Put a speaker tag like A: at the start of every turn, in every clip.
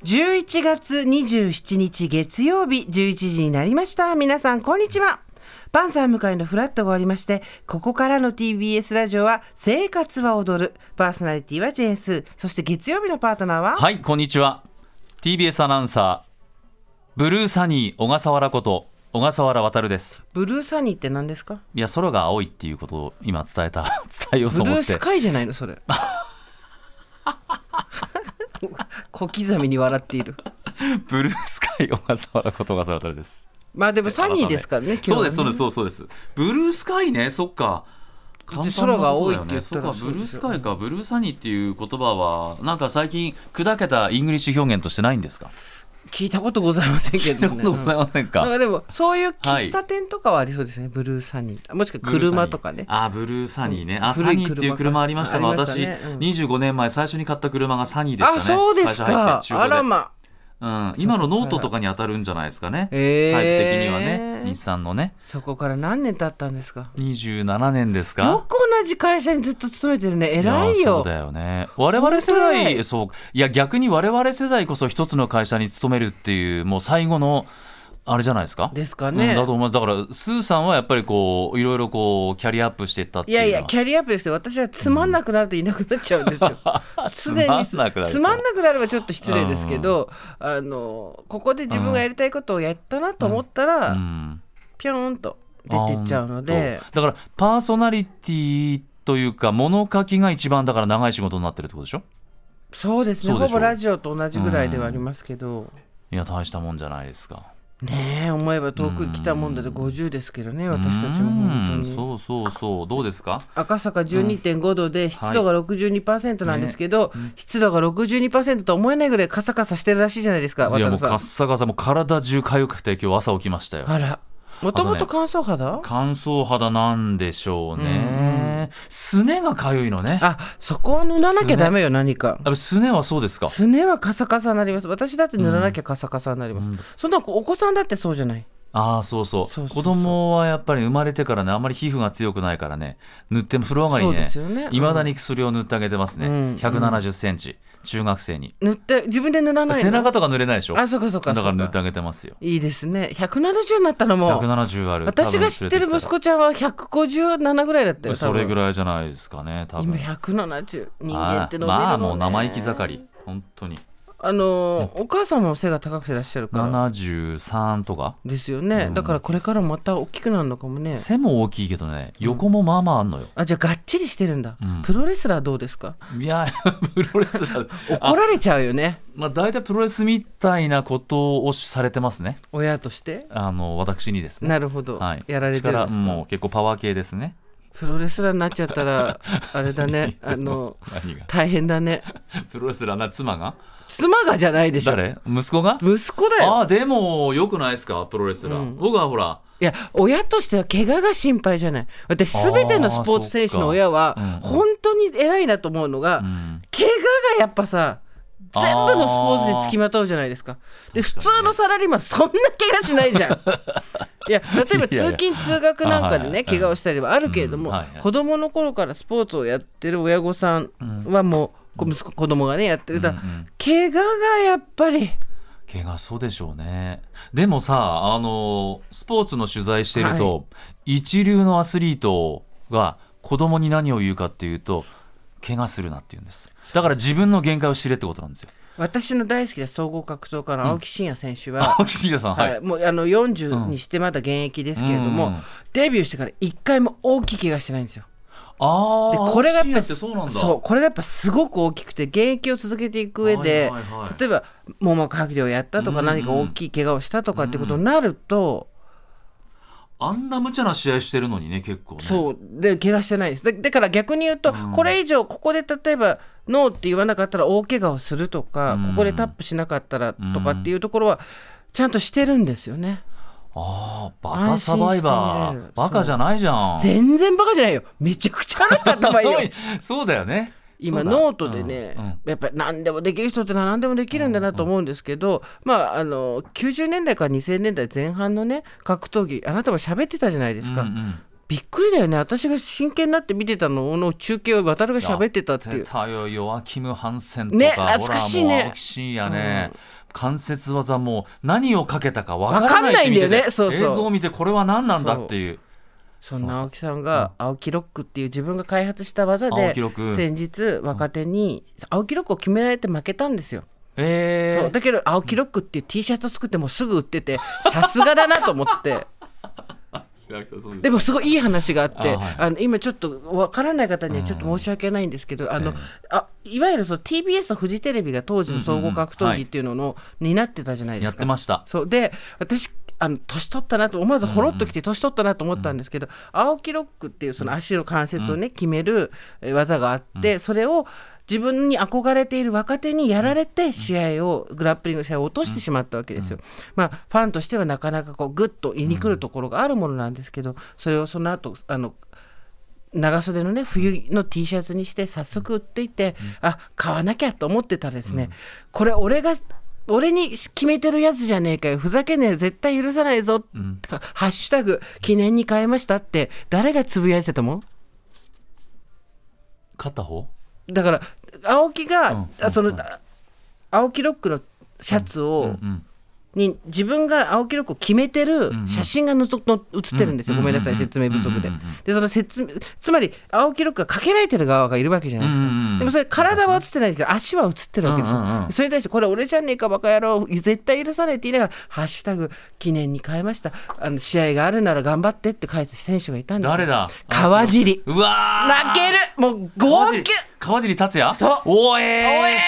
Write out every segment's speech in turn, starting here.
A: 11月27日月曜日11時になりました。皆さん、こんにちは。パンサー向かいのフラットが終わりまして、ここからの TBS ラジオは、生活は踊る。パーソナリティはジェーンスー。そして月曜日のパートナーは、
B: はい、こんにちは。TBS アナウンサー、ブルーサニー小笠原こと、小笠原渉です。
A: ブルーサニーって何ですか
B: いや、空が青いっていうことを今伝えた、 伝えようと
A: ブル
B: 思
A: ー
B: って
A: ス。カイじゃないのそれ 小刻みに笑っている
B: ブルースカイ小笠原こと小笠原渉です。
A: まあでもサニーですからね
B: そうです、そう
A: 今
B: です、
A: 日
B: そうですそうです。ブルースカイね、そっか。簡単な
A: 空が
B: こ
A: 青
B: と
A: い
B: だ
A: って
B: よ
A: 言
B: ね。
A: った
B: そ
A: ら
B: っか、ブルースカ
A: そうですよ
B: イか、ブルーサニーっていう言葉は、なんか最近、砕けたイングリッシュ表現としてないんですか
A: は聞いたことございませんけどね
B: ございません
A: なん
B: か。
A: かでもそういう喫茶店とかはありそうですね、ブルーサニーもしくは車とかね
B: あブルーサニーね、あ
A: 古
B: サ
A: い
B: ニーっていう車ありましたが
A: 車ありました
B: 私、
A: ねうん
B: 25年前最初に買った車がサニーでした
A: あ
B: ね
A: そうです
B: 会社入っ
A: か
B: て中古
A: あ
B: で
A: らま
B: うん、今のノートとかに当たるんじゃないですかね、
A: へー
B: タイプ的にはね日産のね
A: そこから何年経ったんですか
B: 27年ですか
A: よく同じ会社にずっと勤めてるね偉い
B: やそ
A: よ
B: うだよね我々世
A: 本当偉
B: 代
A: い
B: そういや逆に我々世代こそ一つの会社に勤めるっていうもう最後のあれじゃないですか
A: ですかね
B: うんだと思いますだからスーさんはやっぱりこういろいろこうキャリアアップしていったって
A: い
B: いうの
A: や
B: はい
A: やキャリアアップですよ私はつまんなくなるといなくなっちゃうんですよ常に
B: つまんな くなると
A: つまんなくなればちょっと失礼ですけど、あのここで自分がやりたいことをやったなと思ったら、
B: うん
A: ピョーンと出てっちゃうので
B: あ。本当だからパーソナリティというか物書きが一番だから長い仕事になってるってことでしょ
A: そうですね
B: そうで
A: ほ
B: しょ
A: ぼラジオと同じぐらいではありますけど、
B: いや大したもんじゃないですか
A: ねえ思えば遠く来たもんだで50ですけどね、私たちも
B: う
A: 本
B: ん
A: 当に
B: そうそうそうどうですか
A: 赤坂12.5度で湿度が62%なんですけど、湿度が62%とは思えないぐらいカサカサしてるらしいじゃないですか
B: いや
A: 渡田
B: もう
A: さん
B: カッサカサもう体中痒くて今日朝起きましたよ
A: あら、もともと乾燥肌あ,、
B: 乾燥肌なんでしょうねすねが痒いのねやっ
A: そこは塗らなきゃダメよ、何か。
B: ぱすねはそうですか
A: すねはカサカサになります。私だって塗らなきゃカサカサになります。そんなお子さんだってそうじゃない。
B: ああそうそう
A: そうそうそう
B: 子供はやっぱり生まれてからねあんまり皮膚が強くないからね塗っても風呂上がり
A: そうで
B: ね
A: すよね。
B: いまだに薬を塗ってあげてますね、
A: うん
B: 1 7 0ンチ中学生に
A: 塗って自分で塗らないの。
B: 背中とか塗れないでしょ
A: あ、そうかそうか。
B: だから塗って
A: た。
B: あげてますよ
A: いいですね。170になったのもう。
B: 170ある
A: 私が知ってる息子ちゃんは157ぐらいだったよ。
B: それ
A: い。
B: ぐらいじゃないですかね多
A: 今
B: 分
A: 170人間
B: あ
A: って伸びるの
B: あ
A: ね
B: まあもう生意気盛り本当に
A: あのーお母様も背が高くてらっしゃるから
B: 73とか
A: ですよね
B: うん
A: だからこれからまた大きくなるのかもね
B: 背も大きいけどね横もまあまああんのよ、
A: あじゃあがっちりしてるんだ、
B: うん
A: プロレスラーどうですか
B: いや プロレスラー
A: 怒
B: あ、
A: られちゃうよね
B: まあ、大体プロレスみたいなことをされてますね
A: 親として
B: あの私にですね
A: なるほど、
B: はい、
A: やられてるん
B: 力
A: です
B: も
A: か
B: う結構パワー系ですね
A: プロレスラーになっちゃった らあれだねあの
B: 何が
A: 大変だね
B: プロレスラーな妻が
A: 妻がじゃないでしょ
B: 誰息子が
A: 息子だ
B: あ
A: よ
B: あでもよくないですかプロレスラー、
A: うん
B: 僕はほら
A: いや親としては怪我が心配じゃない私全てのスポーツ選手の親は
B: あーそっかうん
A: 本当に偉いなと思うのが、
B: うん
A: 怪我がやっぱさ全部のスポーツで付きまとうじゃないですかで普
B: 確かにね
A: 通のサラリーマンそんな怪我しないじゃん いや例えば
B: いやい
A: 通
B: や
A: 勤通学なんかで
B: あはい
A: ね怪我をしたりはあるけれど
B: う
A: も
B: んはいはい
A: 子供の頃からスポーツをやってる親御さんはもうこ息子子供がねやってるだ
B: うんうん
A: 怪我がやっぱり
B: 怪我そうでしょうねでもさあのスポーツの取材してると、一流のアスリートが子供に何を言うかっていうと怪我するなって言うんですだから自分の限界を知れってことなんですよ
A: 私の大好きな総合格闘家の青木真也選手は、
B: 青木真也さんはい、
A: はい、もうあの40にしてまだ現役ですけれども、
B: うん
A: デビューしてから1回も大きい怪我してないんですよ。
B: あ
A: で
B: あ
A: これがやっぱり
B: そうなんだ
A: そうこれがやっぱすごく大きくて現役を続けていく上で、
B: はいはいはい
A: 例えば網膜剥離をやったとか
B: うん
A: 何か大きい怪我をしたとかってことになると、
B: あんな無茶な試合してるのにね結構ね
A: そうで怪我してないですだだから逆に言うと、これ以上ここで例えばノーって言わなかったら大怪我をするとか、
B: うん
A: ここでタップしなかったらとかっていうところはちゃんとしてるんですよね。
B: ああバカサバイ
A: 安
B: バ
A: 心して見れ
B: ー
A: る
B: バカじゃないじゃん
A: 全然バカじゃないよめちゃくちゃあの人頭いいよ
B: そうだよね
A: 今
B: そうだ
A: ノートでね、
B: うんうん
A: やっぱり何でもできる人ってのは何でもできるんだなと思うんですけど、まああの90年代から2000年代前半のね格闘技あなたも喋ってたじゃないですか、
B: うんうん
A: びっくりだよね私が真剣になって見てたのの中継を渡るが喋ってたっていう
B: たよヨアキム・ハンセンとか、
A: ね
B: ほら
A: 懐かしいね
B: もう青木真也ね、関節技もう何をかけたかわ
A: わ
B: か
A: からん
B: ない
A: ないんだよね
B: って見てて
A: そうそう
B: 映像を見てこれは何なんだっていう
A: そんな青木さんが青木ロックっていう自分が開発した技
B: 青
A: で
B: 木ロック
A: 先日若手に青木ロックを決められて負けたんですよ
B: えー
A: そうだけど青木ロックっていう T シャツを作ってもうすぐ売っててさすがだなと思って。
B: 青木さんそうです
A: でもすごいいい話があって、
B: あはい
A: あの今ちょっとわからない方にはちょっと申し訳ないんですけど、あのあいわゆるそう TBS とフジテレビが当時の総合格闘技っていうのの、担ってたじゃないで
B: や
A: す
B: って
A: か。
B: ました
A: そうで私あの年取ったなと思わずほろっときて年取ったなと思ったんですけど、青木ロックっていうその足の関節をね、決めるえ技があって、それを自分に憧れている若手にやられて試合を、グラップリングの試合を落としてしまったわけですよ。まあファンとしてはなかなかこうグッと胃にくるところがあるものなんですけど、それをその後あの長袖のね冬の T シャツにして早速売っていて、あ買わなきゃと思ってたらですね、これ俺が俺に決めてるやつじゃねえかよふざけねえよ絶対許さないぞ、とかハッシュタグ記念に変えましたって誰がつぶやいてたと思う
B: 勝った方
A: だから青木が、
B: うん
A: あその、青木ロックのシャツを、
B: うん
A: に自分が青木ロックを決めてる写真がのぞの写ってるんですよ、ごめんなさい、説明不足で。でその説明つまり青木ロックがかけられてる側がいるわけじゃないですか、
B: うんうんうん
A: でもそれ体は写ってないけど足は写ってるわけですよ、
B: うんうんうん
A: それに対してこれ俺じゃねえかバカ野郎絶対許さないって言いながら「ハッシュタグ記念に変えましたあの試合があるなら頑張って」って書いて選手がいたんですよ
B: 誰だ
A: 川尻
B: うわー
A: 泣けるもう号
B: 川
A: 泣
B: 尻川尻達也
A: そう
B: おえ
A: お
B: ー
A: え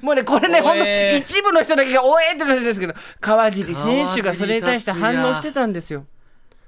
A: ーもうねこれね
B: お
A: ほんと
B: えー
A: 一部の人だけが「おえ!」ってなってるんですけど川尻選手がそれに対して
B: 川尻達也
A: 反応してたんですよ。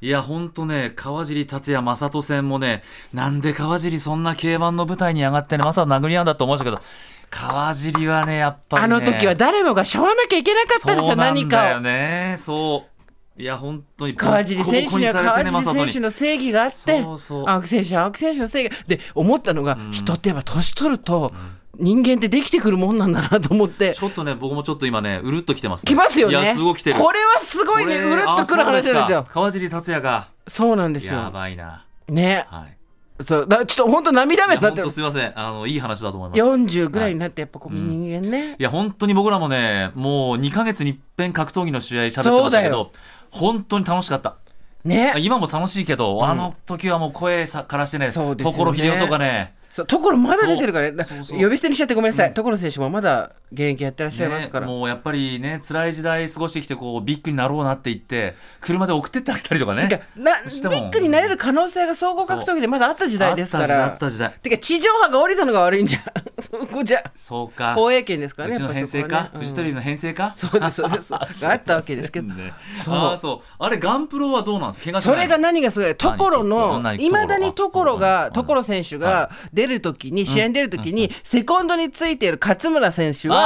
B: いや、ほんとね、川尻達也、正人戦もね、なんで川尻そんな競馬の舞台に上がってね、まさか殴り合うんだと思いましたけど、川尻はね、やっぱり、
A: あ
B: ね。
A: の時は誰もがしょうがなきゃいけなかったんですよ何
B: そうなんだ
A: か
B: よ
A: を。
B: ね、そう。いや、本当にボッコボ
A: 川
B: コ
A: 尻選
B: にされてね、
A: 手には川尻
B: 正人
A: 選
B: に
A: 手の正義があって
B: そうそう
A: 青木選手は青木選手の正義がで思ったのが、人ってやっぱ年取ると人間ってできてくるもんなんだなと思って
B: ちょっとね、僕もちょっと今ね、うるっと来てます、ね。
A: きますよね
B: いや、すごい来てる。
A: これはすごいね
B: こ
A: うるっとくる話
B: あそう
A: なんです
B: か
A: よ
B: 川尻達也が。
A: そうなんです
B: や
A: よ
B: ばいな。
A: ね
B: はい。
A: そうだちょっと本当涙
B: い
A: 目
B: や、
A: になっ
B: 本
A: てる
B: 当すいません。あの、いい話だと思います。
A: 40ぐらいになってやっぱこう人間ね、
B: いや、本当に僕らもね、もう2ヶ月に一遍格闘技の試合喋って
A: そ
B: ま
A: う
B: した
A: だ
B: け
A: よ
B: ど、本当に楽し かった。
A: ね
B: あ今も楽しいけど、あの時はもう声さからしてね、
A: そうですよね
B: 所秀夫とかね、
A: そうところまだ出てるからね
B: そうそう
A: 呼び捨てにしちゃってごめんなさい、ところ選手もまだ現役やってらっしゃいますから、
B: ねもうやっぱりね、辛い時代過ごしてきて、こう、ビッグになろうなって言って、車で送ってってあげたりとかね。
A: てかなビ
B: しても
A: ッグになれる可能性が総合格闘技でまだあった時代ですか
B: あ
A: ら
B: った時代、あった時代。
A: てか地上波が降りたのが悪いんじゃん そこ じゃ
B: そうか。
A: 放映権ですからね
B: うちの
A: やっ
B: 編
A: ぱそ
B: 成
A: こは
B: か
A: ね、
B: フジテレビの編成か、
A: そうですそうですがあったわけです けど
B: ね、
A: そう
B: ああそうあれガンプロはどうなんですか怪我し
A: そ
B: ない
A: れが何がすごいところの
B: 何
A: いまだにところ
B: う
A: が
B: ん
A: ところ選手が出るときに試合に出るときにセコンドについている勝村選手は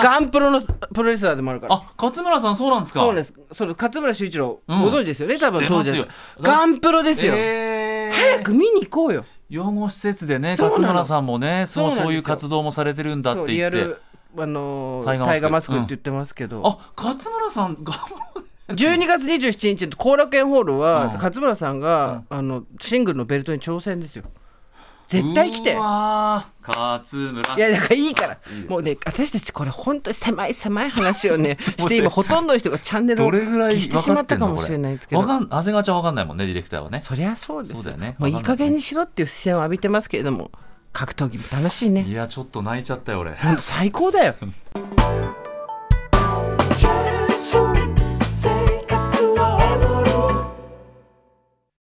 B: あー
A: ガンプロのプロレスラーでもあるから
B: あ勝村さんそうなんですか
A: そうですその勝村修一郎ご
B: うん
A: 存知ですよね多
B: 知
A: 分
B: ってま
A: 当
B: す
A: 時
B: よ
A: はガンプロですよ
B: えー
A: 早く見に行こうよ
B: 養護施設でね
A: そうなの
B: 勝村さんもね
A: そう
B: そう
A: なんですよ
B: そういう活動もされてるんだっ
A: そう
B: て
A: リ
B: 言
A: ア
B: って
A: ルあのー
B: タイガーマ
A: タ
B: スク
A: イガーマスクって言ってますけど
B: あ勝村さんが
A: 12月27日後楽園ホールは、
B: うん
A: 勝村さんが、あのシングルのベルトに挑戦ですよ絶対来て
B: うわー勝村
A: いやだからいいから
B: あいいですね
A: もうね私たちこれ本当に狭い狭い話を ね
B: 申し
A: し
B: 訳
A: て今ほとんどの人がチャンネル
B: ど
A: を
B: れぐらい
A: 消してしまったか
B: 分
A: も
B: っ
A: してれ
B: んの
A: ないんですけ
B: これ
A: ど
B: わかん長谷川ちゃんわかんないもんねディレクターはね
A: そりゃそうです
B: そうだよね
A: もういい
B: わか
A: 加
B: んない
A: 減にしろっていう視線を浴びてますけれども格闘技も楽しいね
B: いやちょっと泣いちゃったよ俺
A: 本当最高だよ